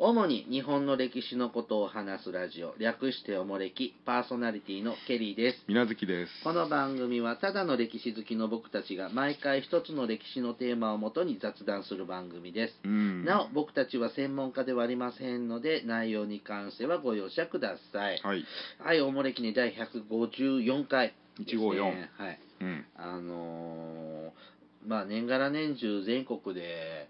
主に日本の歴史のことを話すラジオ、略しておもれき、パーソナリティのケリーです。みなずきです。この番組はただの歴史好きの僕たちが毎回一つの歴史のテーマをもとに雑談する番組です。うん。なお、僕たちは専門家ではありませんので、内容に関してはご容赦ください。はい。はい、おもれきに第154回です、ね。 154はい。うん。あのーまあ年がら年中全国で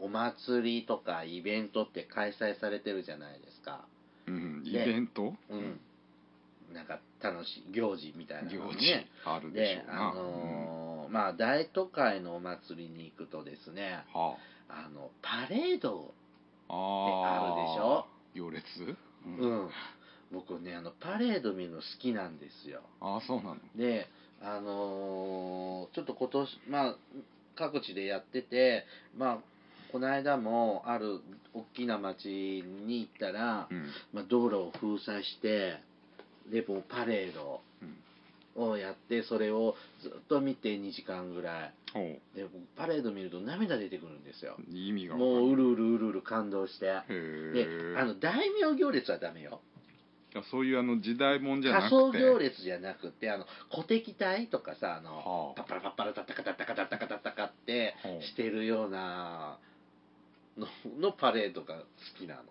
お祭りとかイベントって開催されてるじゃないですか。うん。でイベント？うん。なんか楽しい行事みたいな行の事ね。あるででしょ、うな。あのーまあ大都会のお祭りに行くとですね、うんはあの、パレード、あ。でああるでしょでしょ。行列？うう。ん。僕ね、あの、パレード見るの好きなんですよ。ああそうなの。で、あのーちょっと今年、まあ、各地でやってて、まあ、この間もある大きな町に行ったらう、ん。まあ、道路を封鎖して、で、もうパレードうん。をやって、それをずっと見て2時間ぐらい。おで、僕パレード見ると涙出てくるんですよ。う意味がわかんない。もううるうるうるうる感動して。でへ、え。あの、大名行列はダメよ。いやそういうあの時代もんじゃなくて。仮想行列じゃなくて、あの、小敵隊とかさ、あの、はパッパラパッパラタッタカタッタカタッタカタッタカってあ。ほうしてるようなののパレードが好きなの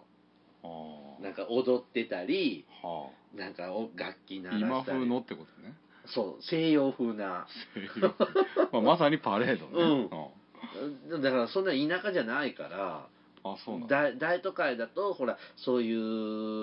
あなんか踊ってたりあ。はなんかお楽器鳴あ。ら今したり風のってこ とね。そう西洋風なまあまさにパレードね。うんあだからそんな田舎じゃないからあそうなの。大大都会だとほらそうい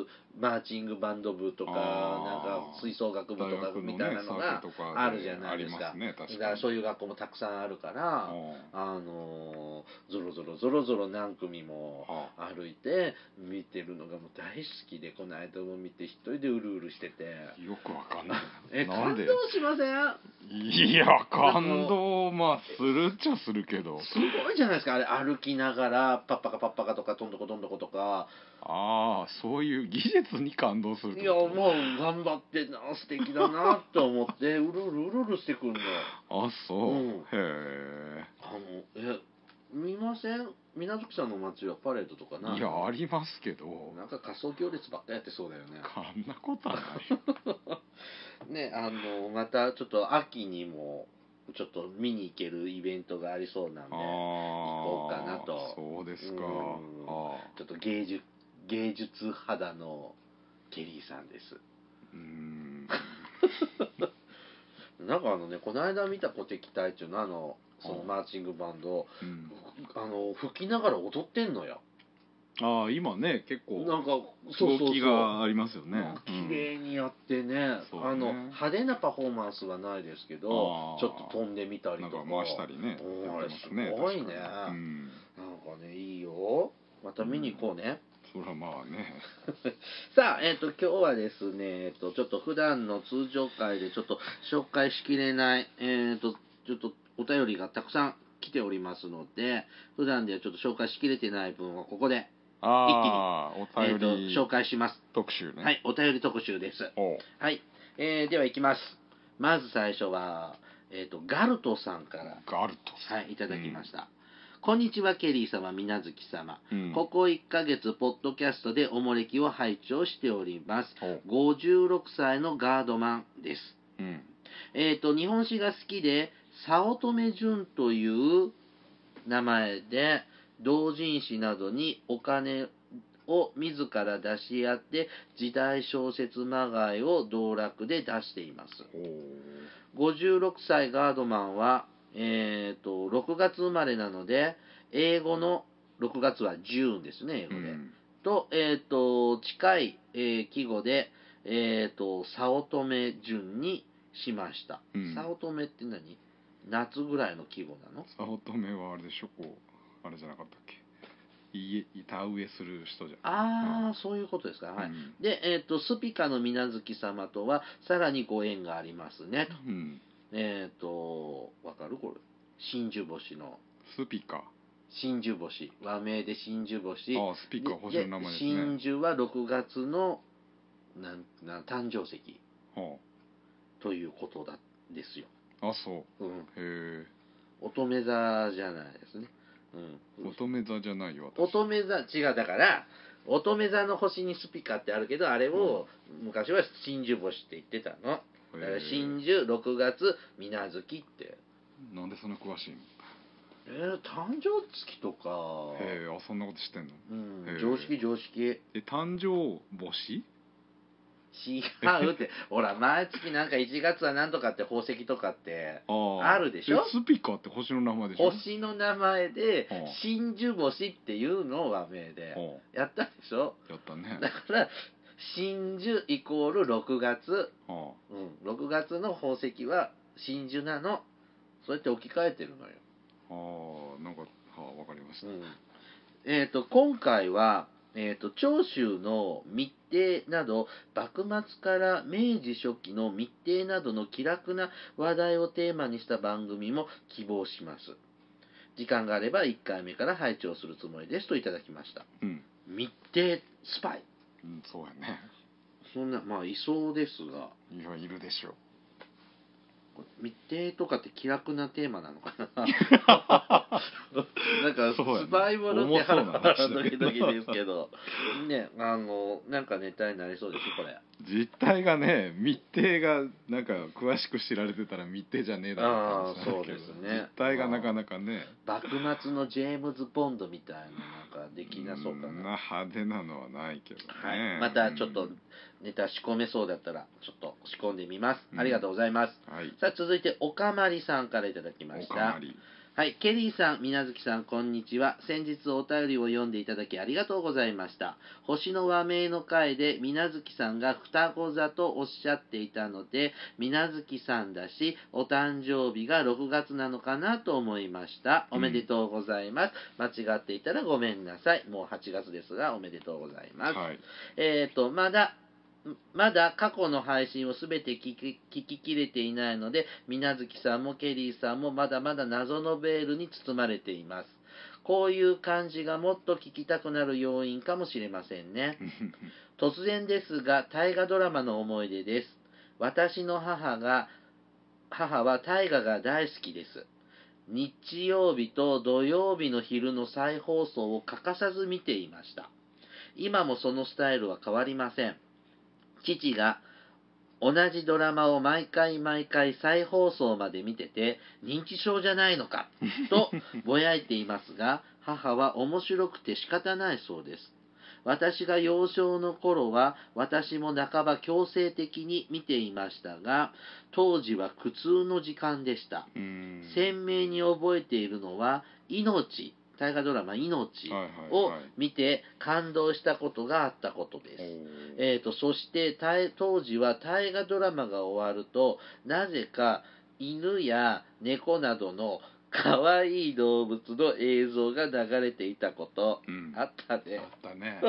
うマーチングバンド部とかなあーんか吹奏楽部と大か学のみねたいなのがサークルとかであるじゃないですかありますね確かに。だからそういう学校もたくさんあるからうんあのーゾロゾロゾロゾロ何組もはあ歩いて見てるのがもう大好きでこの間も見て一人でうるうる してて。よくわかんないえなん感動でしませんいや、感動、まあ、するっちゃするけど。すごいじゃないですかあれ歩きながらパッパカパッパカとかトンどこトンどことかああ、そういう技術に感動するっいてやこともう頑張ってんな素敵だなと思って うるうるうるうるしてくんのあ、そう。うんへえ。あのえ見ません水月さんの街はパレードとかないいや、ありますけど、なんか仮想行列ばっかやってそうだよねこんなことはない よ。ね、あの、またちょっと秋にも、ちょっと見に行けるイベントがありそうなんで、こうかなああと、そうですうか。んああちょっと芸術、芸術肌のケリーさんです。うーん。なんかあのね、この間見た小敵隊っていうのは、あの、そのうんマーチングバンド、うんあの、吹きながら踊ってんのよ。ああ、今ね、結構、なんか、そうそ動うきそう。がありますよね。綺麗にやってね,、そうねあの派手なパフォーマンスはないですけどちょあーっと飛んでみたうんりなんとかか回したりね。うんやってますねすごいね確かにうなん。んかね、いいよ。また見に行こうね。それはまあ ね。さあ、えっ、と、今日はですね、えっ、と、ちょっと普段の通常会でちょっと紹介しきれない、えっ、と、ちょっとお便りがたくさん来ておりますので、普段ではちょっと紹介しきれてない分はここで、ああ、えおっ、便と、り紹介します。特集ね。はい、お便り特集です。おうはい、えーでは行きます。まず最初は、えっ、と、ガルトさんから、ガルトさん。はい、いただきました。こんにちは、ケリー様、みなずき様。うんここ1ヶ月、ポッドキャストでおもれきを拝聴しております。お56歳のガードマンです。うん。えっ、と、日本史が好きで、早乙女純という名前で、同人誌などにお金を自ら出し合って、時代小説まがいを道楽で出しています。おう56歳ガードマンは、えっ、と、6月生まれなので、英語の6月はジューンですね、英う語で。ん。と、えっ、と、近い、えー季語で、えっ、と、早乙女順にしました。うん早乙女って何夏ぐらいの季語なの早乙女はあれでしょ、こう、あれじゃなかったっけ。いえ、田植えする人じゃん。ああ、そういうことですか。はい。うんで、えっ、と、スピカの水無月様とは、さらにご縁がありますね。とうん。えっ、と、わかるこれ。真珠星の、スピカ。あ真珠星。和名で真珠星。あ、スピカ、星の名前です真ね。珠は6月の、なん、なん、誕生石はということだ、ですよ。あ、あ、そう。うん、へえ。乙女座じゃないですね。うん、乙女座じゃないよ、私。乙女座、違う、だから、乙女座の星にスピカってあるけどあれを昔は真珠星って言ってたのだから真珠6月水無月ってなんでそんな詳しいのえー、誕生月とかへえあそんなこと知ってんのうんへえ常識常識え誕生星違うっ てほら毎月なんか1月はなんとかって宝石とかってあーあるでしょえスピカって星の名前でしょ星の名前でうん真珠星っていうのを和名でおうやったでしょやったね だから真珠イコール6月、あうん、6月の宝石は真珠なのそうやって置き換えてるのよ、あーなんかはあわかりましうた、んえー、と今回は、えー、と長州の密偵など幕末から明治初期の密偵などの気楽な話題をテーマにした番組も希望します時間があれば1回目から拝聴するつもりですといただきましたうん、密偵スパイうん、そうやねそんなまあいそうですがいやいるでしょ密偵とかって気楽なテーマなのか ななんかそうやねスパイものって重そうな話だドけキどドキですけどねあのなんかネタになりそうですこれ実態がね密偵がなんか詳しく知られてたら密偵じゃねえだろって話なんだあーそけどうですね実態がなかなかね幕末のジェームズ・ボンドみたいななんかできなそうかんな、な派手なのはないけどね、はい、またちょっうとんネタ仕込めそうだったらちょっと仕込んでみます、うんありがとうございますはいさあ続いておかまりさんからいただきまおしかたまりはい、ケリーさん、みなずきさん、こんにちは。先日お便りを読んでいただきありがとうございました。星の和名の回で、みなずきさんが双子座とおっしゃっていたので、みなずきさんだし、お誕生日が6月なのかなと思いました。おめでとうございます。間違っていたらごめんなさい。もう8月ですが、おめでとうございます。はいえー、と、まだ、まだ過去の配信をすべて聞き聞ききれていないので、みなずきさんもケリーさんもまだまだ謎のベールに包まれています。こういう感じがもっと聞きたくなる要因かもしれませんね。突然ですが、大河ドラマの思い出です。私の母が、母は大河が大好きです。日曜日と土曜日の昼の再放送を欠かさず見ていました。今もそのスタイルは変わりません。父が同じドラマを毎回毎回再放送まで見てて認知症じゃないのかとぼやいていますが母は面白くて仕方ないそうです。私が幼少の頃は私も半ば強制的に見ていましたが当時は苦痛の時間でした。 うん鮮明に覚えているのは「命」大河ドラマ「命」はいはいをはい見て感動したことがあったことです。おーえー、とそして大当時は大河ドラマが終わるとなぜか犬や猫などの可愛い動物の映像が流れていたことうんあったねあ。ったね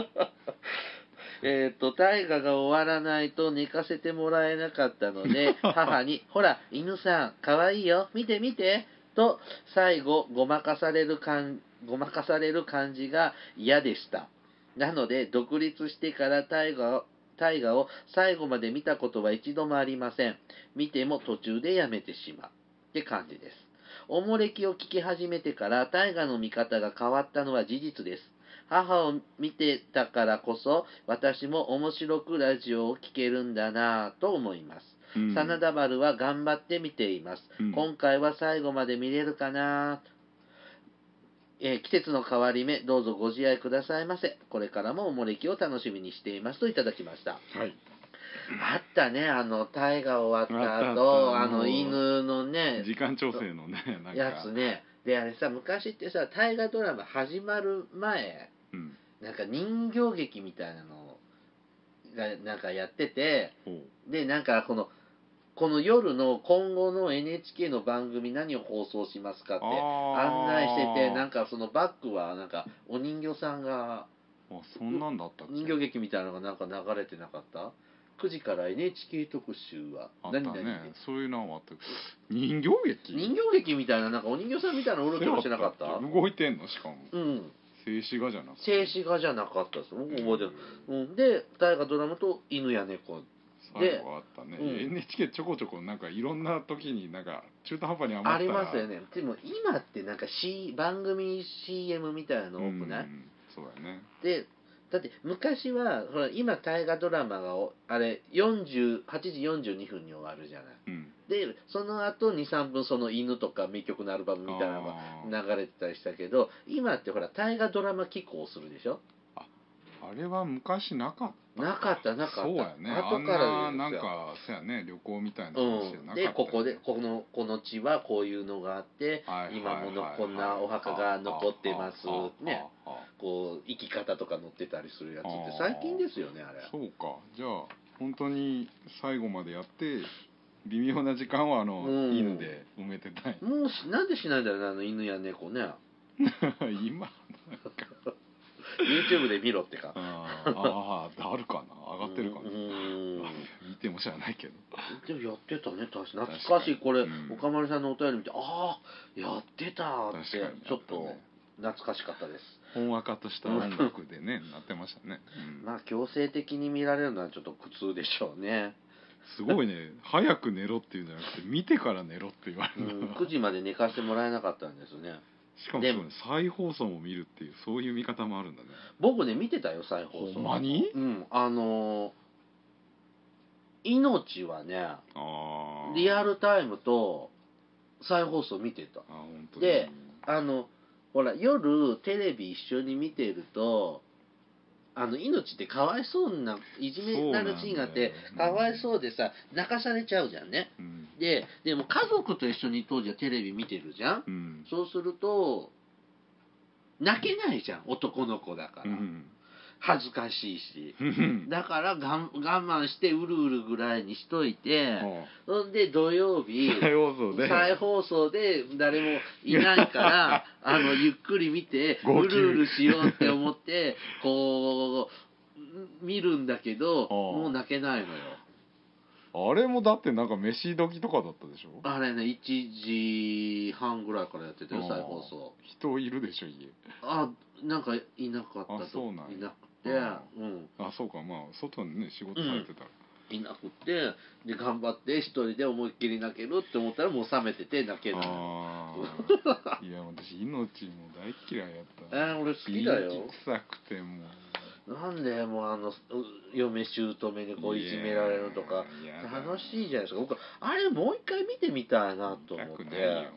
えっ、と、大河が終わらないと寝かせてもらえなかったので、母に、ほら、犬さん、かわいいよ、見て見て、と、最後、ごまかされる感、ごまかされる感じが嫌でした。なので、独立してから大河を、大河を最後まで見たことは一度もありません。見ても途中でやめてしまう。って感じです。おもれきを聞き始めてから、大河の見方が変わったのは事実です。母を見てたからこそ私も面白くラジオを聴けるんだなぁと思います、うん 真田丸は頑張って見ています、うん今回は最後まで見れるかなぁえー季節の変わり目どうぞご自愛くださいませこれからもおもれきを楽しみにしていますといただきましたはいあったねあの大河終わったあったあっ後たあの犬のね時間調整のねなんかやつねであれさ昔ってさ大河ドラマ始まる前うんなんか人形劇みたいなのがなんかやってておうでなんかこのこの夜の今後の NHK の番組何を放送しますかって案内しててなんかかそのバックはなんかお人形さんがあそんなんだったっけ人形劇みたいなのがなんか流れてなかった9時から NHK 特集はあった何々ねですそういうのはあった人形劇人形劇みたいななんかお人形さんみたいなのおろちょろしてなかったそうだっけ動いてんのしかもうん静止画じゃなく静止画じゃなかったです僕覚えてる、うん、で大河ドラマと犬や猫で最後あったね、うん NHK ちょこちょこなんかいろんな時になんか中途半端に余ったらありますよねでも今ってなんか、C、番組 CM みたいなの多くない、うんそうだねでだって昔はほら今大河ドラマがおあれ40 8時42分に終わるじゃないうんでその後23分その犬とか名曲のアルバムみたいなのあーが流れてたりしたけど今ってほら大河ドラマ寄稿するでしょあれは昔なかったなかったなかったそうや後ねあからですよんななんかそうやね旅行みたいな話じゃうなかん、ったよねでここでこのこの地はこういうのがあってはいはい今はいものこんなお墓が残ってますねああああこう生き方とか載ってたりするやつっあてー最近ですよねあれそうかじゃあ本当に最後までやって微妙な時間はあの、うん犬で埋めてたいもうしなんでしないんだろうねあの犬や猫ね今 YouTube で見ろ ってかあーあーあるかな上がってるかな、うんうん見ても知らないけどでもやってたね確かに確かに懐かしいこれ、うん岡丸さんのお便り見てああやってたっ確かにて、ちょっとやたね懐かしかったです本垢とした音楽でねなってましたね、うんまあ強制的に見られるのはちょっと苦痛でしょうね、すごいね早く寝ろっていうんじゃなくて見てから寝ろって言わうれるのん、 が9時まで寝かしてもらえなかったんですねしかもでそもうね再放送も見るっていうそういう見方もあるんだね僕ね見てたよ再放送ほんまにうんあのー命はねああリアルタイムと再放送見てたあ本当であのほら夜テレビ一緒に見てるとあの命ってかわいそうないじめになるシーンがあってそうなんだかよわいそうでさ泣かされちゃうじゃんねうんででも家族と一緒に当時はテレビ見てるじゃんうんそうすると泣けないじゃん男の子だから、うん恥ずかしいしうんだからがん我慢してうるうるぐらいにしといてあそんで土曜 日再放送で再放送で誰もいないから あのゆっくり見てう号泣るうるしようって思ってこう見るんだけどあーもう泣けないのよあれもだってなんか飯時とかだったでしょあれね1時半ぐらいからやってたよあー再放送人いるでしょ家あなんかいなかったあそとうなんやいなくてあうんあそうかまあ外にね仕事されてたら、いなくてで頑張って一人で思いっきり泣けるって思ったらもう冷めてて泣けないああ いや私命も大嫌いやったえー俺好きだよ命臭くてもなんでもうあのう嫁姑にこういじめられるとかいやー楽しいじゃないですか僕あれもう一回見てみたいなと思っ痛てくないよ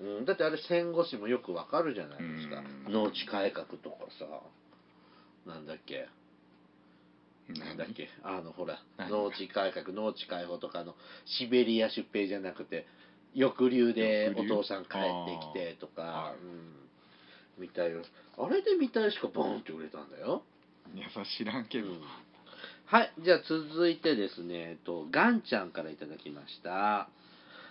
うん、だってあれ戦後史もよくわかるじゃないですかうん農地改革とかさなんだっけなんだっけあのほら何農地改革農地解放とかのシベリア出兵じゃなくて抑留でお抑留父さん帰ってきてとはかい、うん、見たいよあれで見たいしかボーンって売れたんだよいやさ知らんけど、うんはい、じゃあ続いてですね、えっと、ガンちゃんからいただきました。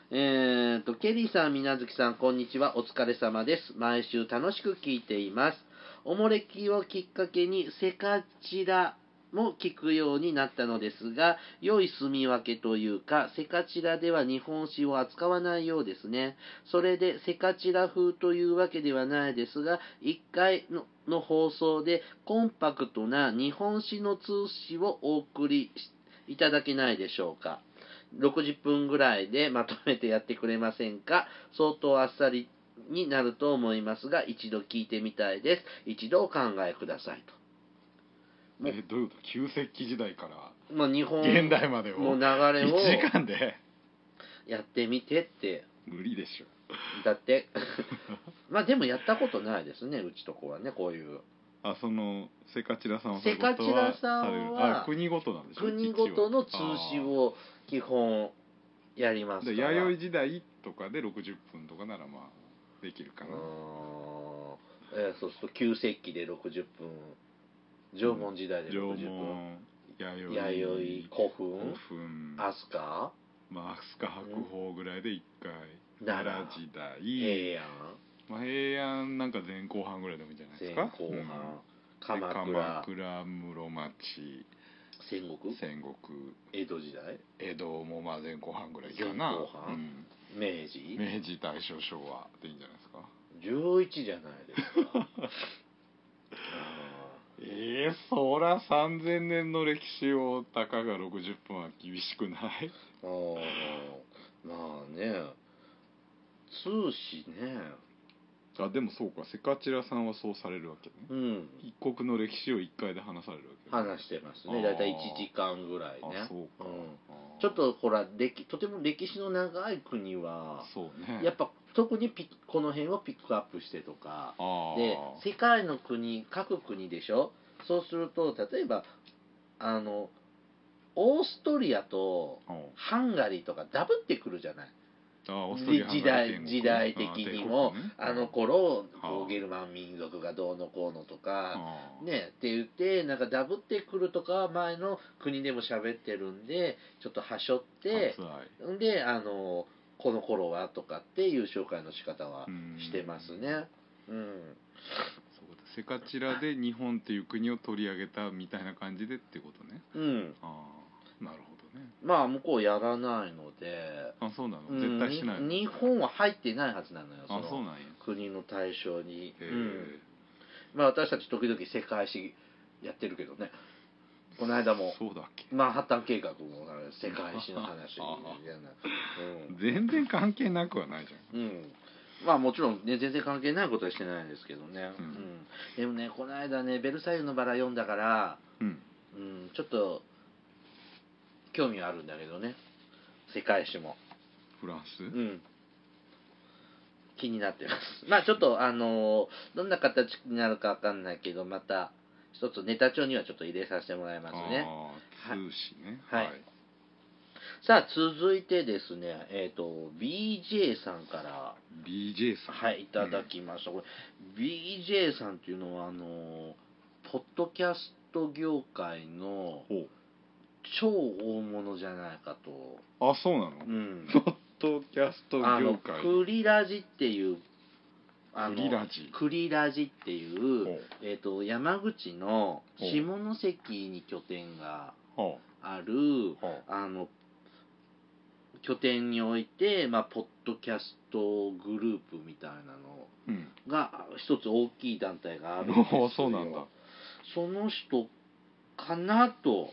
えー、っと、ケリーさん、みなずきさん、こんにちは。お疲れ様です。毎週楽しく聞いています。おもれきをきっかけに、セカチラも聞くようになったのですが、良い住み分けというか、セカチラでは日本史を扱わないようですね。それで、セカチラ風というわけではないですが、1回のの放送でコンパクトな日本史の通史をお送りしいただけないでしょうか。60分ぐらいでまとめてやってくれませんか相当あっさりになると思いますが、一度聞いてみたいです。一度お考えくださいもうえどういうこと旧石器時代からと。まあ、日本現代までのを流れを1時間でやってみてって、無理でしょだって、 まあでもやったことないですね、うちとこはね、こういう。あそのセカチラさんはセカチラさんはそういうことされるあ国ごとなんでしょ国ごとの通一史応を基本やりまあすーかでら弥生時代とかで60分とかならまあできるかうな、ーんえーそうすると旧石器で60分縄文時代で縄60分、文弥生弥生古墳古墳飛鳥まあ飛鳥白鳳ぐらいで1回、奈良奈良時代、平安まあ、平安なんか前後半ぐらいでもいいんじゃない前ですか後半、うんで鎌倉鎌倉室町戦国戦国江戸時代江戸もまあ前後半ぐらいかな前後半うん明治明治大正昭和でいいんじゃないですか11じゃないです かあええそら3000年の歴史をたかが60分は厳しくないーあーまあね通史ねあでもそうかセカチラさんはそうされるわけね、うん一国の歴史を一回で話されるわけ、話してますねあー大体1時間ぐらいねあそうか、んあーちょっとほら歴とても歴史の長い国はそうねやっぱ特にピッこの辺をピックアップしてとかあーで世界の国各国でしょそうすると例えばあのオーストリアとあーハンガリーとかダブってくるじゃないあーオーストリア時代ハンガリ時ー帝国代的にもあの頃こあーうゲルマン民族がどうのこうのとあかー帝国ねねって言ってなんかダブってくるとかは前の国でも喋ってるんでちょっとはしょっあーて割愛んであのこの頃はとかっていう紹介の仕方はうんしてますねうんそうだセカチラで日本っていう国を取り上げたみたいな感じでってことねうんああなるほどねまあ向こうやらないので、あそうなの、うん絶対しないのに日本は入ってないはずなのよあそうのなんや国の対象に、へえ、うんまあ私たち時々世界史やってるけどねこの間もそうだっけマンハッタン計画もなんか世界史の話ああみたいなうん全然関係なくはないじゃんうんまあもちろんね全然関係ないことはしてないんですけどね、うんうんでもねこの間ね「ベルサイユのバラ」読んだから、うんうん、ちょっと興味はあるんだけどね世界史もフランス、うん気になってます まあちょっとあのどんな形になるかわかんないけどまた一つネタ帳にはちょっと入れさせてもらいますねああ通詞ねはいさあ続いてですねえっ、と BJ さんから BJ さんはい、いただ、きました。これ、BJ さんっていうのは、あの、ポッドキャスト業界のうんほ超大物じゃないかと。うあそうなの、 うん。ポッドキャストあ業の、界クリラジっていう、あのクリラジクリラジっていう、ほうえっ、と、山口のほう下関に拠点がほあるう、ほあの、拠点において、まあ、ポッドキャストグループみたいなのをううんが一つ大きい団体があるんですおよお そうなんだその人かなと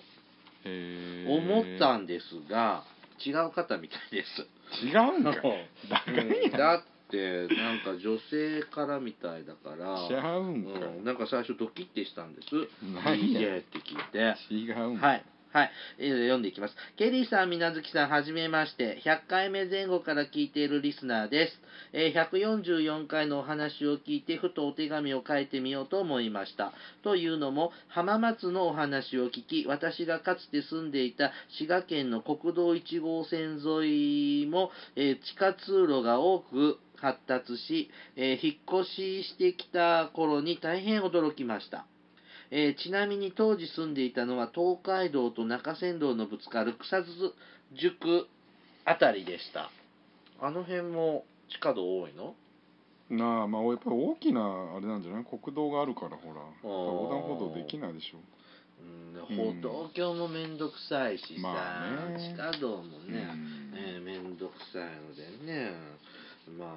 へえ思ったんですが、違う方みたいです、違うんかい だからうんだってなんか女性からみたいだから違うんかい、うん、なんか最初ドキッてしたんです何や DJ って聞いて違うんはかいい。はい、えー読んでいきます。ケリーさん、みなずきさん、はじめまして。100回目前後から聞いているリスナーです。えー144回のお話を聞いて、ふとお手紙を書いてみようと思いました。というのも、浜松のお話を聞き、私がかつて住んでいた滋賀県の国道1号線沿いも、えー地下通路が多く発達し、えー引っ越ししてきた頃に大変驚きました。えーちなみに当時住んでいたのは東海道と中山道のぶつかる草津宿あたりでしたあの辺も地下道多いのなあまあやっぱり大きなあれなんじゃない国道があるからほらー横断歩道できないでしょうんうん歩道橋もめんどくさいしさ、まあね地下道もうね、んえーめんどくさいのでねまあ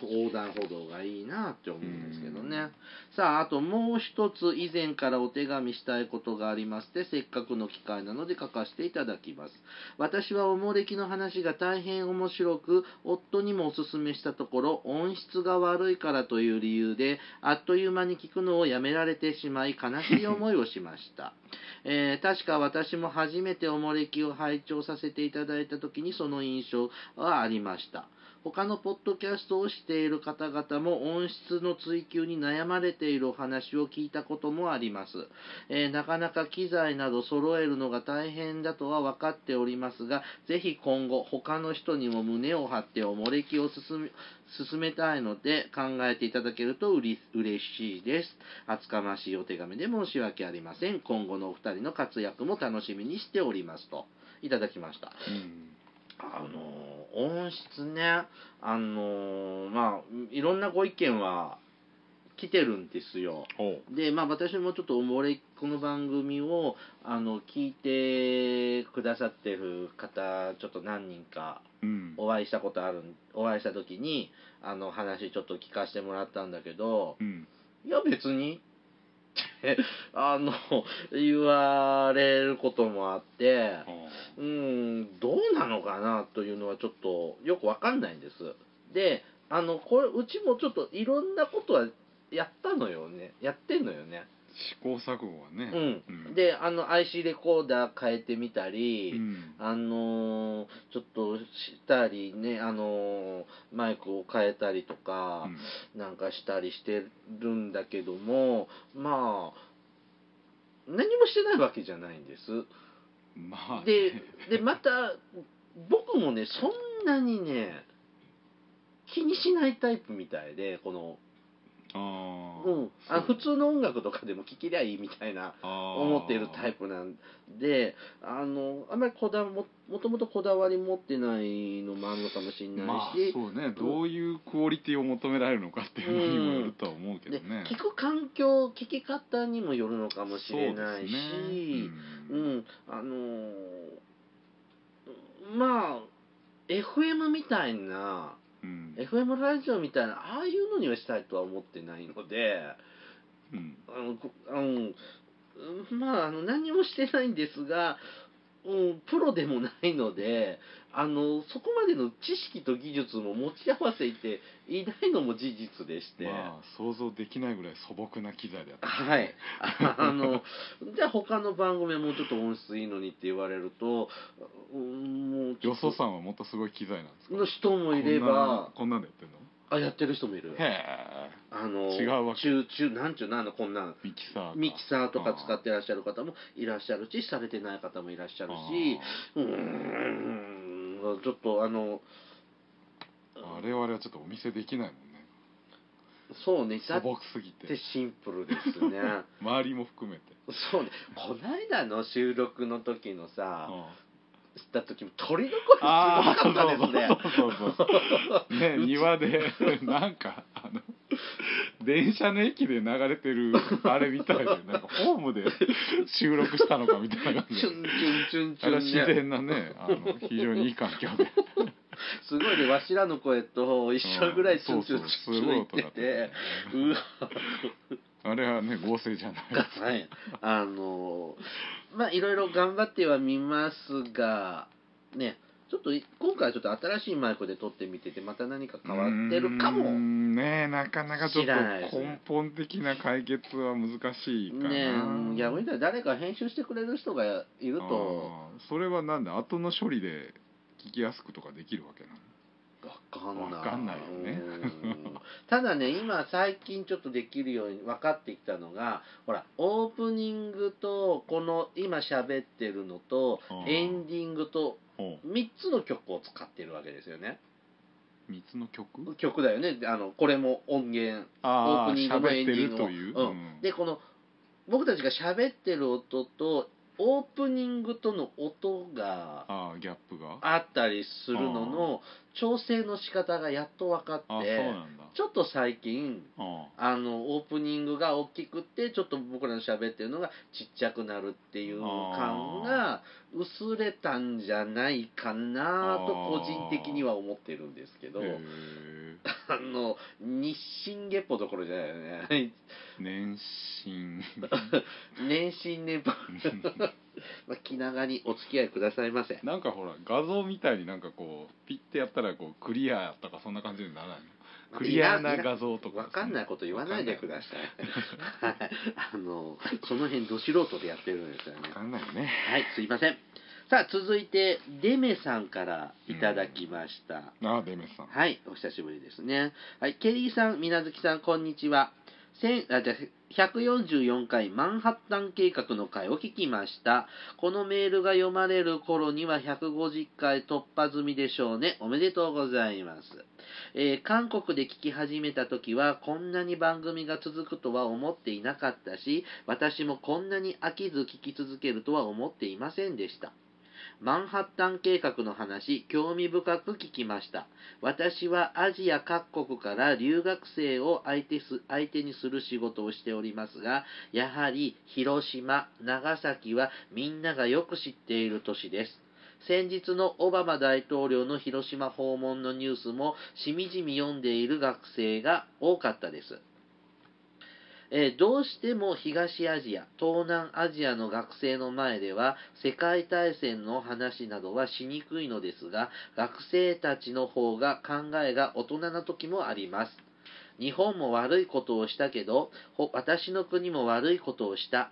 横断歩道がいいなって思うんですけどね、うんさああともう一つ以前からお手紙したいことがありましてせっかくの機会なので書かせていただきます私はおもれきの話が大変面白く夫にもおすすめしたところ音質が悪いからという理由であっという間に聞くのをやめられてしまい悲しい思いをしました、 えー確か私も初めておもれきを拝聴させていただいた時にその印象はありました他のポッドキャストをしている方々も音質の追求に悩まれているお話を聞いたこともあります、えーなかなか機材など揃えるのが大変だとは分かっておりますがぜひ今後他の人にも胸を張っておもれきを進め進めたいので考えていただけるとうれ嬉しいです厚かましいお手紙で申し訳ありません今後のお二人の活躍も楽しみにしておりますといただきましたうんあの音質ねあのまあいろんなご意見は来てるんですよおうでまあ私もちょっとおもれこの番組をあの聞いてくださってる方ちょっと何人かうんお会いしたことあるんお会いした時にあの話ちょっと聞かせてもらったんだけどうんいや別に ってあの言われることもあってあーうーんどうなのかなというのはちょっとよくわかんないんです。であのこれうちもちょっといろんなことはやったのよねやってんのよね試行錯誤はねうん、うんであの IC レコーダー変えてみたり、うんあのーちょっとしたりね、あのーマイクを変えたりとか、うんなんかしたりしてるんだけどもまあ何もしてないわけじゃないんです。まあね、でで また僕もねそんなにね気にしないタイプみたいでこの、あー、うん、あそ普う通の音楽とかでも聴きりゃいいみたいな思っているタイププなんであのあんまりこだわももともとこだわり持ってないのもあるのかもしれないし、まあそうねどういうクオリティを求められるのかっていうのにもよるとは思うけどでね、聞く環境聞き方にもよるのかもしそうれですねないしううんん、あのーまあ FM みたいなうん、 FM ラジオみたいなああいうのにはしたいとは思ってないのでうんあのこあのうんまああの何もしてないんですが、うん、プロでもないのであのそこまでの知識と技術も持ち合わせていないのも事実でして。まあ想像できないぐらい素朴な機材だったはい、あの じゃあ他の番組はもうちょっと音質いいのにって言われると、うん、もうちょよっそとさんはもっとすごい機材なんですかの人もいればこんなこんなんでやってんのあやってる人もいるへえあの違うわけ中中なんちゅうなんのこんなんミキサーかミキサーとか使ってらっしゃる方もいらっしゃるしされてない方もいらっしゃるしうーんちょっとあのあー我々はちょっとお見せできないもんねそうねだ素っ朴すぎててシンプルですね周りも含めてそうねこないだの収録の時のさ、あした時も鳥の声すごあかったですね。ーそうそうそうそうね庭でなんかあの電車の駅で流れてるあれみたいでなんかホームで収録したのかみたいな感 チュじンチュンチあれュはンチ自ュンね。然なねあの非常にいい環境ですごいね、わしらの声と一緒ぐらいチュンチュンうんチそュうンチそうすュごンいいっ音てだったてよね、うわ、あれはね合成じゃないはい。あの、まあ、いろいろ頑張ってはみますが、ね、ちょっとい今回はちょっと新しいマイクで撮ってみてて、また何か変わってるかうーも。んねえなかなかちょっ知らないですとね根本的な解決は難しいかな、ねえ、逆に言ったら誰か編集してくれる人がいると、あーそれはなんで後の処理で聞きやすくとかできるわけなのわかんない。わかんないよねうんただね、今最近ちょっとできるように分かってきたのが、ほら、オープニングと、この今喋ってるのとあ、ーエンディングと、ほ3つの曲を使ってるわけですよね。う3つの曲曲だよね。あの、これも音源、オあープニングもエ喋ンっデてィンるグも。という、うん。で、この、僕たちが喋ってる音と、オープニングとの音が、ああギャップがああったりするのの調整の仕方がやっと分かってそうなんだちょっと最近ああのオープニングが大きくてちょっと僕らの喋ってるのがちっちゃくなるっていう感が薄れたんじゃないかなとあー個人的には思ってるんですけどーへあの日進月歩どころじゃないよねえ 年薪年進年歩まあ気長にお付き合いくださいませなんかほら画像みたいになんかこうピッてやったらこうクリアとかそんな感じにならないの クリアな画像とかわかんないこと言わないでくだささい。はい。 あの、その辺、ど素人でやってるんですよね。わかんないよねはい、すいません。さあ、続いて、デメさんからいただきました。ああデメスさんはい、お久しぶりですね。はい、ケリーさん、みなずきさん、こんにちは。千あじゃあ144回マンハッタン計画の回を聞きました。このメールが読まれる頃には150回突破済みでしょうね。おめでとうございます。えー韓国で聞き始めた時はこんなに番組が続くとは思っていなかったし、私もこんなに飽きず聞き続けるとは思っていませんでした。マンハッタン計画の話、興味深く聞きました。私はアジア各国から留学生を相手す相手にする仕事をしておりますが、やはり広島、長崎はみんながよく知っている都市です。先日のオバマ大統領の広島訪問のニュースもしみじみ読んでいる学生が多かったです。えーどうしても東アジア、東南アジアの学生の前では世界大戦の話などはしにくいのですが、学生たちの方が考えが大人な時もあります。日本も悪いことをしたけど、ほ私の国も悪いことをした。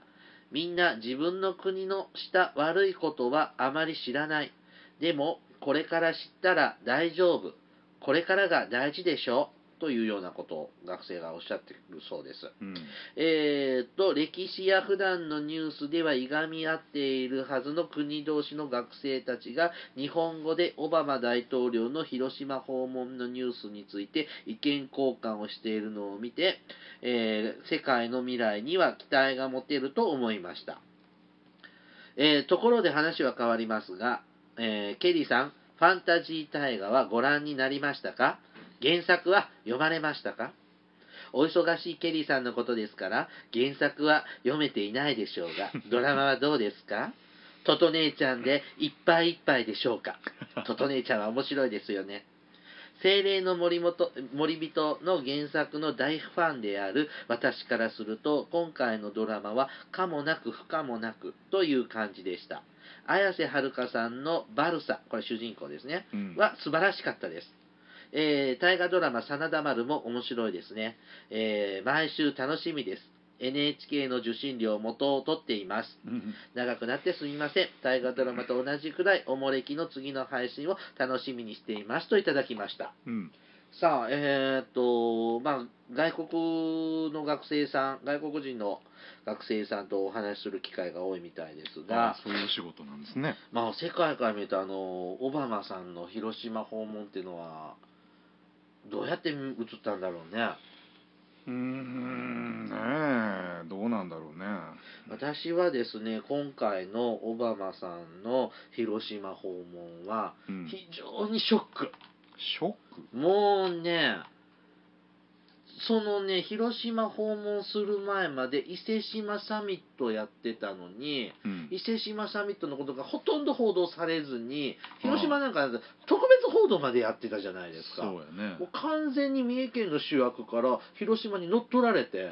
みんな自分の国のした悪いことはあまり知らない。でも、これから知ったら大丈夫。これからが大事でしょというようなことを学生がおっしゃってるそうです。うんえー、と、歴史や普段のニュースではいがみ合っているはずの国同士の学生たちが日本語でオバマ大統領の広島訪問のニュースについて意見交換をしているのを見て、えー世界の未来には期待が持てると思いました。えーところで話は変わりますが、えーケリーさん、ファンタジー大河はご覧になりましたか原作は読まれましたかお忙しいケリーさんのことですから、原作は読めていないでしょうが、ドラマはどうですかトト姉ちゃんでいっぱいいっぱいでしょうかトト姉ちゃんは面白いですよね。精霊の森元森人の原作の大ファンである私からすると、今回のドラマは可もなく不可もなくという感じでした。綾瀬はるかさんのバルサ、これ主人公ですね。うんは素晴らしかったです。えー大河ドラマ「真田丸」も面白いですね、えー毎週楽しみです NHK の受信料元を取っていますうん長くなってすみません大河ドラマと同じくらいおもれきの次の配信を楽しみにしていますといただきましたうんさあえーっとまあ外国の学生さん外国人の学生さんとお話しする機会が多いみたいですがあそういうお仕事なんですねまあ、世界から見るとあのオバマさんの広島訪問っていうのはどうやって映ったんだろうねうーんねえどうなんだろうね私はですね今回のオバマさんの広島訪問はうんシ非常にショックョックもうねそのね広島訪問する前まで伊勢志摩サミットやってたのにうん伊勢志摩サミットのことがほとんど報道されずに広島なんか特別報道までやってたじゃないですか。そうやねもう完全に三重県の主役から広島に乗っ取られ て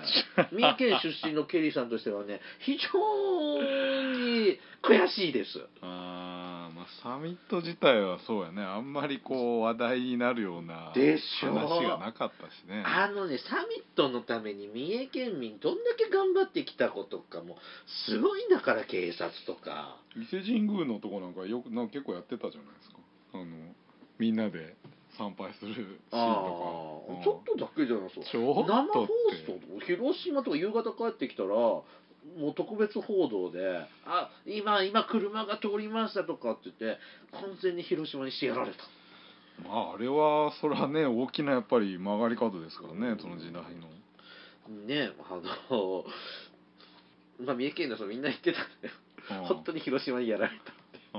三重県出身のケリーさんとしてはね非常に悔しいですあーまあサミット自体はそうやねあんまりこう話題になるようなでしょ話がなかったしねあのねサミットのために三重県民どんだけ頑張ってきたことかもうすごいんだから警察とか伊勢神宮のとこなんかよくなんか結構やってたじゃないですかあのみんなで参拝するシーンとあかうんーちょっとだけじゃないですかちょっ生放と送って広島とか夕方帰ってきたらもう特別報道で「あ今今車が通りました」とかって言って完全に広島にしてやられたまああれはそれはね大きなやっぱり曲がり角ですからうねんその時代のねあのまあ三重県の人みんな言ってたんだようん本当に広島にやられあたあ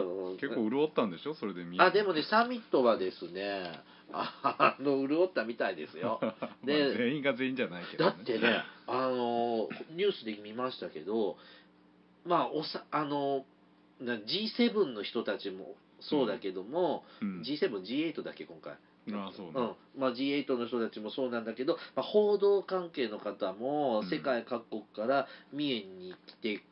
のあ結構潤ったんでしょそれでみんなあでもねサミットはですねああの潤ったみたいです よで まあ全員が全員じゃないけど、だね、ってね、あのーニュースで見ましたけど、まあ、おさあのーな G7 の人たちもそうだけども、うん、 G7、G8 だっけ、今回、ああそうね、うんまあ、G8 の人たちもそうなんだけど、まあ、報道関係の方もうん世界各国から三重に来て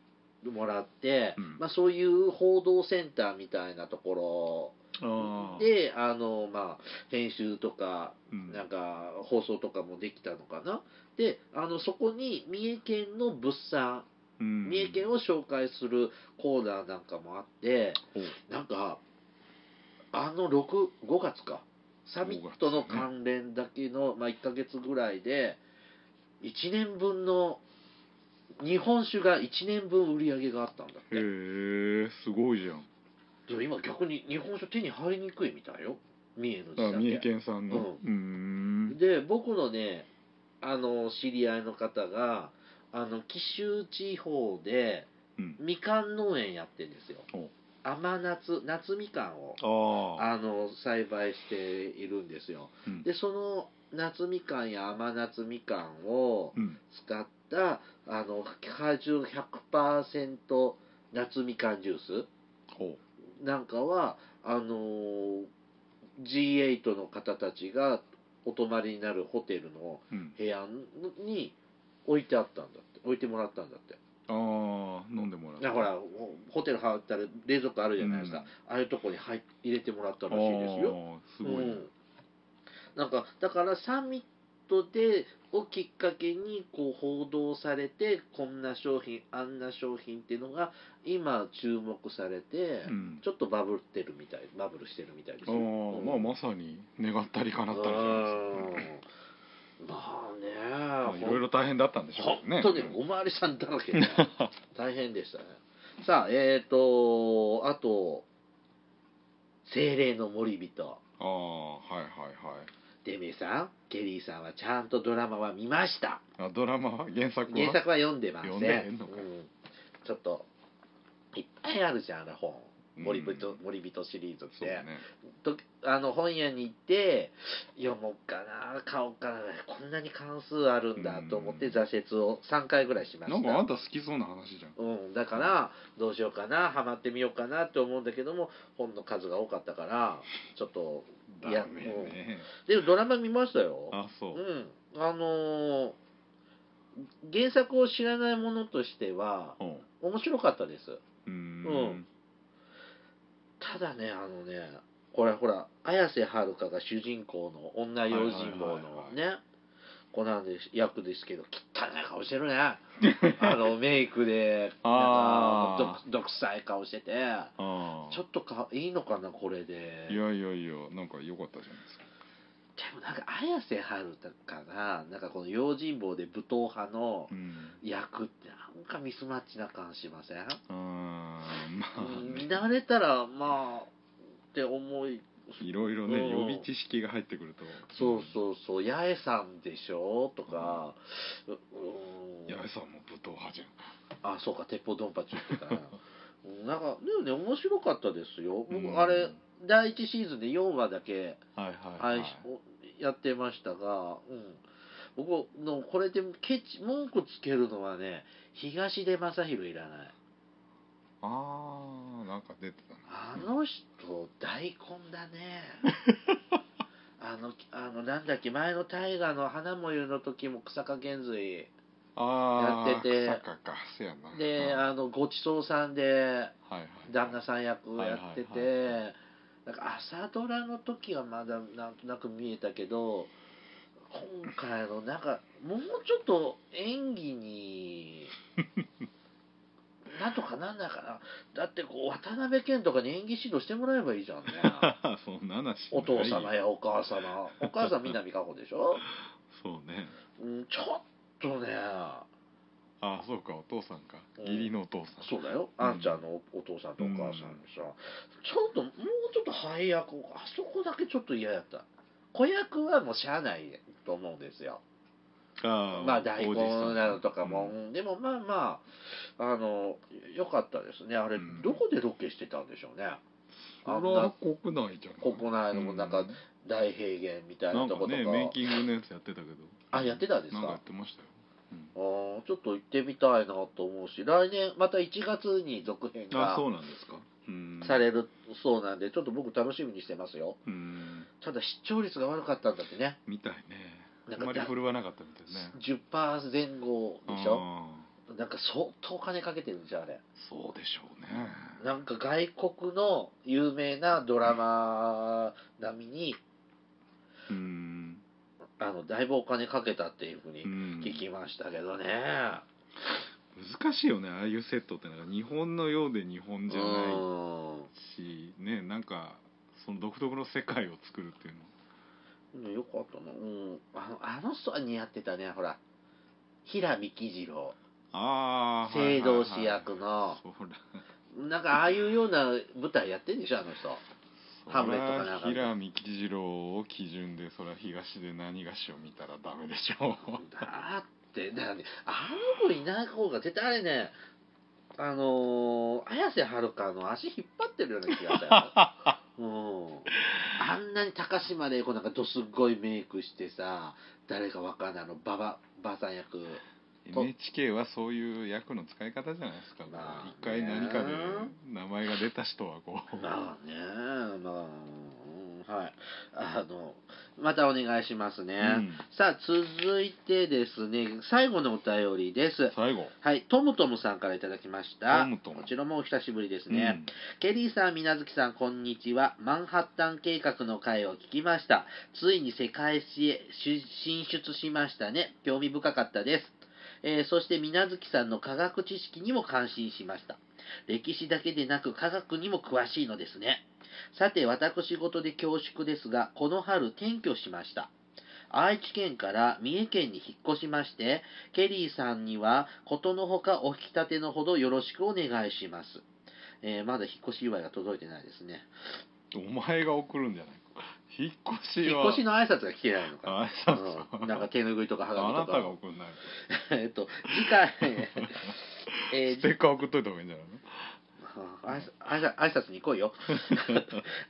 もらって、うんまあ、そういう報道センターみたいなとこあろあ、で、あのーまあ、編集とかうん、なんか放送とかもできたのかなであのそこに三重県の物産うん三重県を紹介するコーナーなんかもあってほうなんかあの65月かサミットの関連だけの、まあ、1ヶ月ぐらいで1年分の日本酒が1年分売り上げがあったんだってへえすごいじゃんでも今逆に日本酒手に入りにくいみたいよ三重の時あだ三け重県産のうーんで僕のねあの知り合いの方があの紀州地方でうんみかん農園やってんですよお甘夏夏みかんをあああの栽培しているんですようんでその夏みかんや甘夏みかんをうん使ったあの果汁100%夏みかんジュースほなんかはあのー G8 の方たちがお泊まりになるホテルのうん、部屋に置いてあったんだって置いてもらったんだってああ飲んでもらっだからほらほホテル入ったら冷蔵庫あるじゃないですか、うんああいうとこに入入れてもらったたらしいですよよすごい、うん、なんかだからサミットでをきっかけにこう報道されてこんな商品あんな商品っていうのが今注目されて、うんちょっとバブってるみたいバブルしてるみたいですあよ、ーうんまあまさに願ったり叶ったりじゃないですうかんまうんまああねいろいろ大変だったんでしょうけどね本当におまわりさんだら けで大変でしたねさあえっ、とあと精霊の森人ああはいはいはいデミさんケリーさんはちゃんとドラマは見ましたあドラマは原作は原作は読んでません読んでへんのかうんちょっといっぱいあるじゃんあの本うん森人,、森人シリーズっそうてだ、ねとあの本屋に行って読もうかな買おうかなこんなに関数あるんだと思ってうん挫折を3回ぐらいしましたなんかあんた好きそうな話じゃんうん、だからどうしようかなハマってみようかなって思うんだけども本の数が多かったからちょっといやダメねでもドラマ見ましたよあそううんあのー原作を知らないものとしてはうん面白かったですううーんただねあのねこれほら綾瀬はるかが主人公の女用心棒はいのはいはいね子なんです役ですけど汚い顔してる ねあのメイクであーなんかど毒臭い顔しててああちょっとかいいのかなこれでいやいやいやなんか良かったじゃないですかでもなんか綾瀬はるかななんかこの用心棒で武闘派のうん役ってなんかミスマッチな感じしません、うーんまあうんね見慣れたらまあって思いいろいろねうん予備知識が入ってくるとそうそうそう八重さんでしょとか、ううーん八重さんも武闘派じゃんあそうか鉄砲ドンパチってた なうんなんかでもね面白かったですよ、僕うんあれ第1シーズンで4話だけはいはい配はい信をやってましたが、うん、僕のこれでケチ文句つけるのはね東出昌大いらないああなんか出てたなあの人大根だ ねあのあのなんだっけ前の大河の花もゆの時も草加玄瑞ああやってて草かかせやなでうんあのごちそうさんではいはい旦那さん役をやってはいはいはてなんか朝ドラの時はまだなんとなく見えたけど今回のなんかもうちょっと演技 になんとかなんだからだってこう渡辺謙とかに演技指導してもらえばいい じゃんね そんな話お父様ややお母様お母さん南加穂でしょ、そうねうん、ちょっとねああそうかお父さんかうん義理のお父さんそうだようんあんちゃんのおお父さんとお母さんでさ、ちょっともうちょっと配役をあそこだけちょっと嫌やった子役はもうしゃあないと思うんですよあまあ大根なのとかうも、んうんでもまあまああのよかったですねあれ、うんどこでロケしてたんでしょうねそれは国内じゃない国内のなんか大平原みたいななんとかことかねメイキングのやつやってたけどあやってたんですかなんかやってましたようんあーちょっと行ってみたいなと思うし来年また1月に続編あがそうなんですかうんされるそうなんでちょっと僕楽しみにしてますようんただ視聴率が悪かったんだってねみたいねなあんかんまり振るわなかったみたいね10%前後でしょああなんか相当お金かけてるんじゃんあれそうでしょうねなんか外国の有名なドラマ並みにうんあのだいぶお金かけたっていうふううにん聞きましたけどね、難しいよねああいうセットってなんか日本のようで日本じゃないしねなんかその独特の世界を作るっていうのうんよかったなうんあのあの人は似合ってたねほら平幹二郎ああ聖堂市役のそらなんかああいうような舞台やってんでしょあの人ハムレットかなんかそら平幹二郎を基準でそら東で何がしを見たらダメでし ょうだってだってあの子いない方が絶対あれねあのー、綾瀬はるかの足引っ張ってるような気が したよ、うん、あんなに高島礼子なんかどすっごいメイクしてさ誰かわかんないあのバババさん役 NHK はそういう役の使い方じゃないですか、まあね一回何かで名前が出た人はこう、まあねまあ、うん、はいあのまたお願いしますね。うんさあ、続いてですね、最後のお便りです。最後はい、トムトムさんからいただきました。トムトムこちらもお久しぶりですね。ケリーさん、みなずきさん、こんにちは。マンハッタン計画の回を聞きました。ついに世界史へし進出しましたね。興味深かったです。えーそして、みなずきさんの科学知識にも感心しました。歴史だけでなく科学にも詳しいのですね。さて、私事で恐縮ですが、この春転居しました。愛知県から三重県に引っ越しまして、ケリーさんにはことのほかお引き立てのほどよろしくお願いします。えーまだ引っ越し祝いが届いてないですね。うんお前が送るんじゃないか引っ越し引はっ越しの挨拶が来てないのか。あう、そうそうんなんか手拭いとかはがあみなとたがか。送んない えっと、次回、えーステッカー送っといた方がいいんじゃないの挨拶挨拶挨拶に来いよ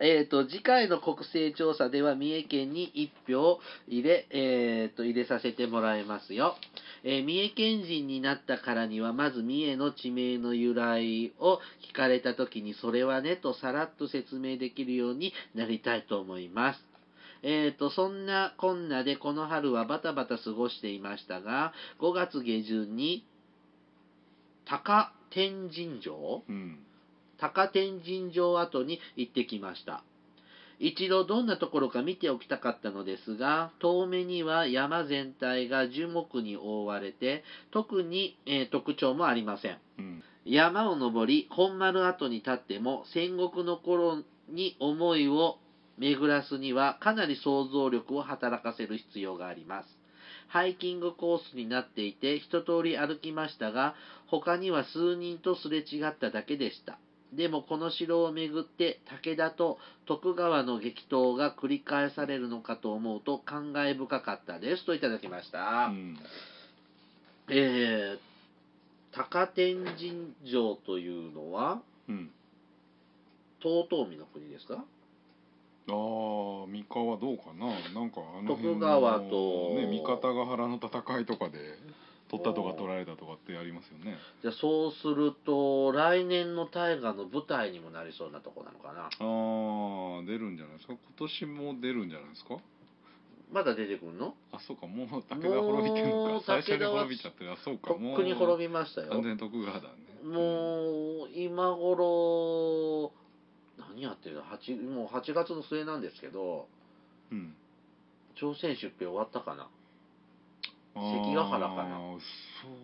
えーと次回の国勢調査では三重県に1票入れ,、えー、と入れさせてもらいますよ、えー三重県人になったからにはまず三重の地名の由来を聞かれた時にそれはねとさらっと説明できるようになりたいと思いますえー、とそんなこんなでこの春はバタバタ過ごしていましたが5月下旬に高天神城うん高天神城跡に行ってきました一度どんなところか見ておきたかったのですが遠目には山全体が樹木に覆われて特に、えー特徴もありませんうん山を登り本丸跡に立っても戦国の頃に思いを巡らすにはかなり想像力を働かせる必要がありますハイキングコースになっていて一通り歩きましたが他には数人とすれ違っただけでしたでもこの城を巡って武田と徳川の激闘が繰り返されるのかと思うと感慨深かったですといただきました、うんえー、高天神城というのは、うん遠江の国ですかあー三河どうかななんかあの辺徳の川とね、三方ヶ原の戦いとかで取ったとか取られたとかってありますよねじゃあそうすると、来年の大河の舞台にもなりそうなとこなのかな。あー出るんじゃないですか今年も出るんじゃないですかまだ出てくるのあそうかもう武田滅びてるものうか最初武に田は滅びちゃってるあそうかとっもうくに滅びましたよ完。全に徳川だねもう、今頃、何やってるの八もう8月の末なんですけど、うん朝鮮出兵終わったかな関関ヶ原かな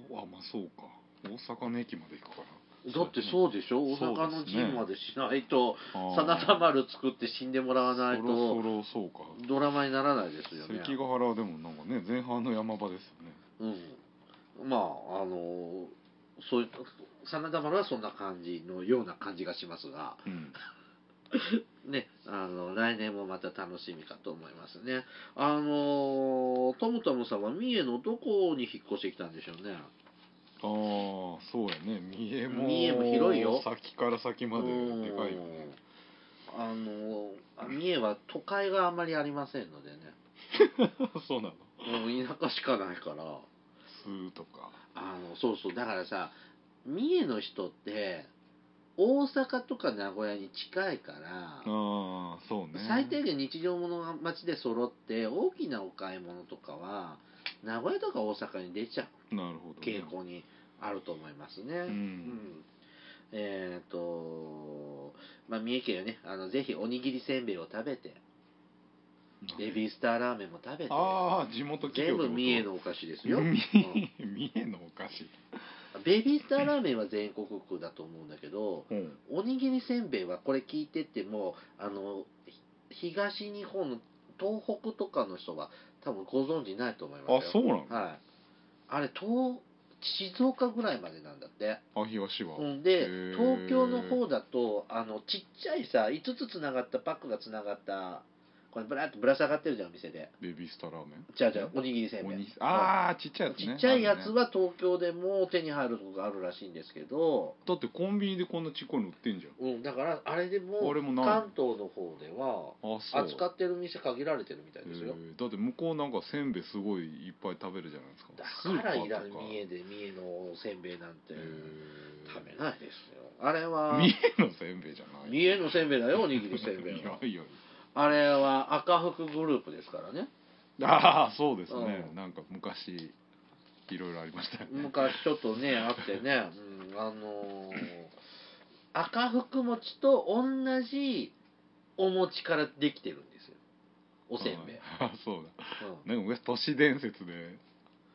そうあまあそうか大阪の駅まで行くからだってそうでしょ大そうですね阪の陣までしないと、あー真田丸作って死んでもらわないそろとそ、ろそうかドラマにならないですよね。関ヶ原はでもなんかね前半の山場ですよねうん、まああのそういう真田丸はそんな感じのような感じがしますが、うんね、あの来年もまた楽しみかと思いますね。あのトムトムさんは三重のどこに引っ越してきたんでしょうね。ああそうやね三重も三重も広いよ先から先まででかいよね うんあの三重は都会があんまりありませんのでね、そうなのうん田舎しかないから。スーとかあのそうそうだからさ三重の人って大阪とか名古屋に近いから、ああそうね最低限日常物が街で揃って大きなお買い物とかは名古屋とか大阪に出ちゃうなるほど、ね、傾向にあると思いますね。うんうんえっ、とまあ三重県はねあのぜひおにぎりせんべいを食べてベビースターラーメンも食べてああ地元企全業ってこと部三重のお菓子ですよ。三うん重三重のお菓子ベビースターラーメンは全国区だと思うんだけどうんおにぎりせんべいはこれ聞いててもあのひ東日本の東北とかの人は多分ご存知ないと思いまあすよそうなのはい、あれ東静岡ぐらいまでなんだってあ東は、うんでへー東京の方だとあのちっちゃいさ5つつながったパックがつながったこれブラーってぶら下がってるじゃんお店でベビースターラーメンじゃあじゃあおにぎりせんおべにいああちっちゃいやつちねっちゃいやあつるねは東京でも手に入るとこがあるらしいんですけど、だってコンビニでこんなちっこいの売ってんじゃんうん、だからあれでも俺もない関東の方ではあそう扱ってる店限られてるみたいですよへーだって向こうなんかせんべいすごいいっぱい食べるじゃないですかだからいらんスーパーとか三重で三重のせんべいなんてへー食べないですよあれは三重のせんべいじゃない 三重のせんべいだよおにぎりせんべいいやはいやあれは赤福グループですからねああそうですね、うなんか昔いろいろありましたよね昔ちょっとねあってね、うん、あのー赤福餅と同じお餅からできてるんですよおせんべい、ああそうだうんなんか昔都市伝説で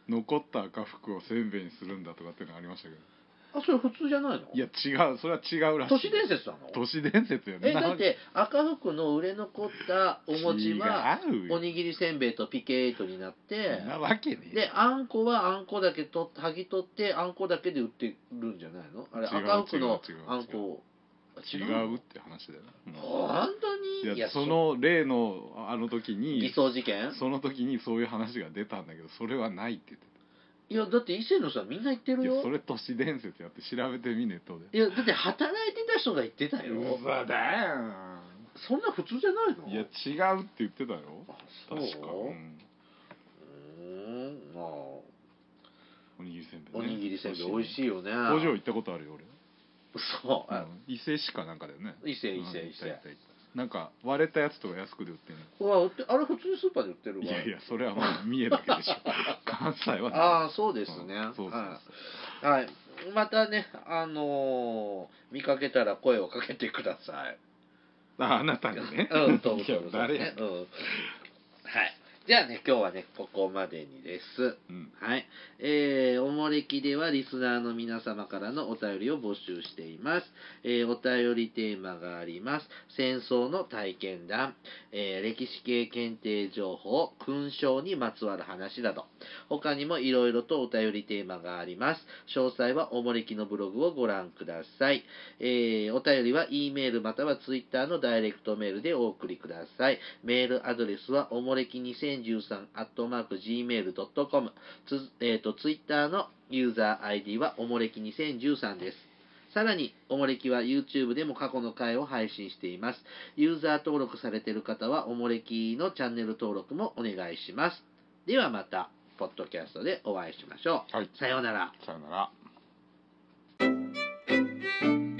残った赤服をせんべいにするんだとかっていうのがありましたけどあそれ普通じゃないのいや違うそれは違うらしい都市伝説なの都市伝説よねえだって赤福の売れ残ったお餅は違うよおにぎりせんべいとピケエイトになってそんなわけねえであんこはあんこだけと剥ぎ取ってあんこだけで売ってるんじゃないのあれ違う赤福の違う違うあんこ違うって話だよ、うん本当にいやその例のあの時そう偽に装事件その時にそういう話が出たんだけどそれはないって言っていやだって伊勢のさみんな言ってたるいやよそれ都市伝説やって調べてみネットでいやだって働いてた人が言ってたよざだよそんな普通じゃないのいや違うって言ってたよあそう確か、う、うんーんまあおにぎりせんべい、ね、おにぎりせんべい美味しいいよね工場行ったことあるよ俺、そうあうん伊勢市かなんかだよね伊勢伊う勢ん伊行った行勢った行ったなんか割れたやつとか安くで売ってんのうわ売ってあれ普通にスーパーで売ってるわいやいやそれはもう三重だけで しょ関西はあああそうですね、そうそうはいはい、またね、あのー見かけたら声をかけてください。ああなたにねうん、と思いや 誰やね。うん。はい。じゃあね、今日はね、ここまでにです。うんはい。えー、おもれきではリスナーの皆様からのお便りを募集しています。えー、お便りテーマがあります。戦争の体験談、えー、歴史系検定情報、勲章にまつわる話など、他にもいろいろとお便りテーマがあります。詳細はおもれきのブログをご覧ください。えーお便りは E メールまたは Twitter のダイレクトメールでお送りください。メールアドレスはおもれき2013 gmail.com つ、えー、と Twitter のユーザー ID はおもれき2013です。さらに、おもれきは YouTube でも過去の回を配信しています。ユーザー登録されている方は、おもれきのチャンネル登録もお願いします。ではまた、ポッドキャストでお会いしましょ。はいうさようなら。さよなら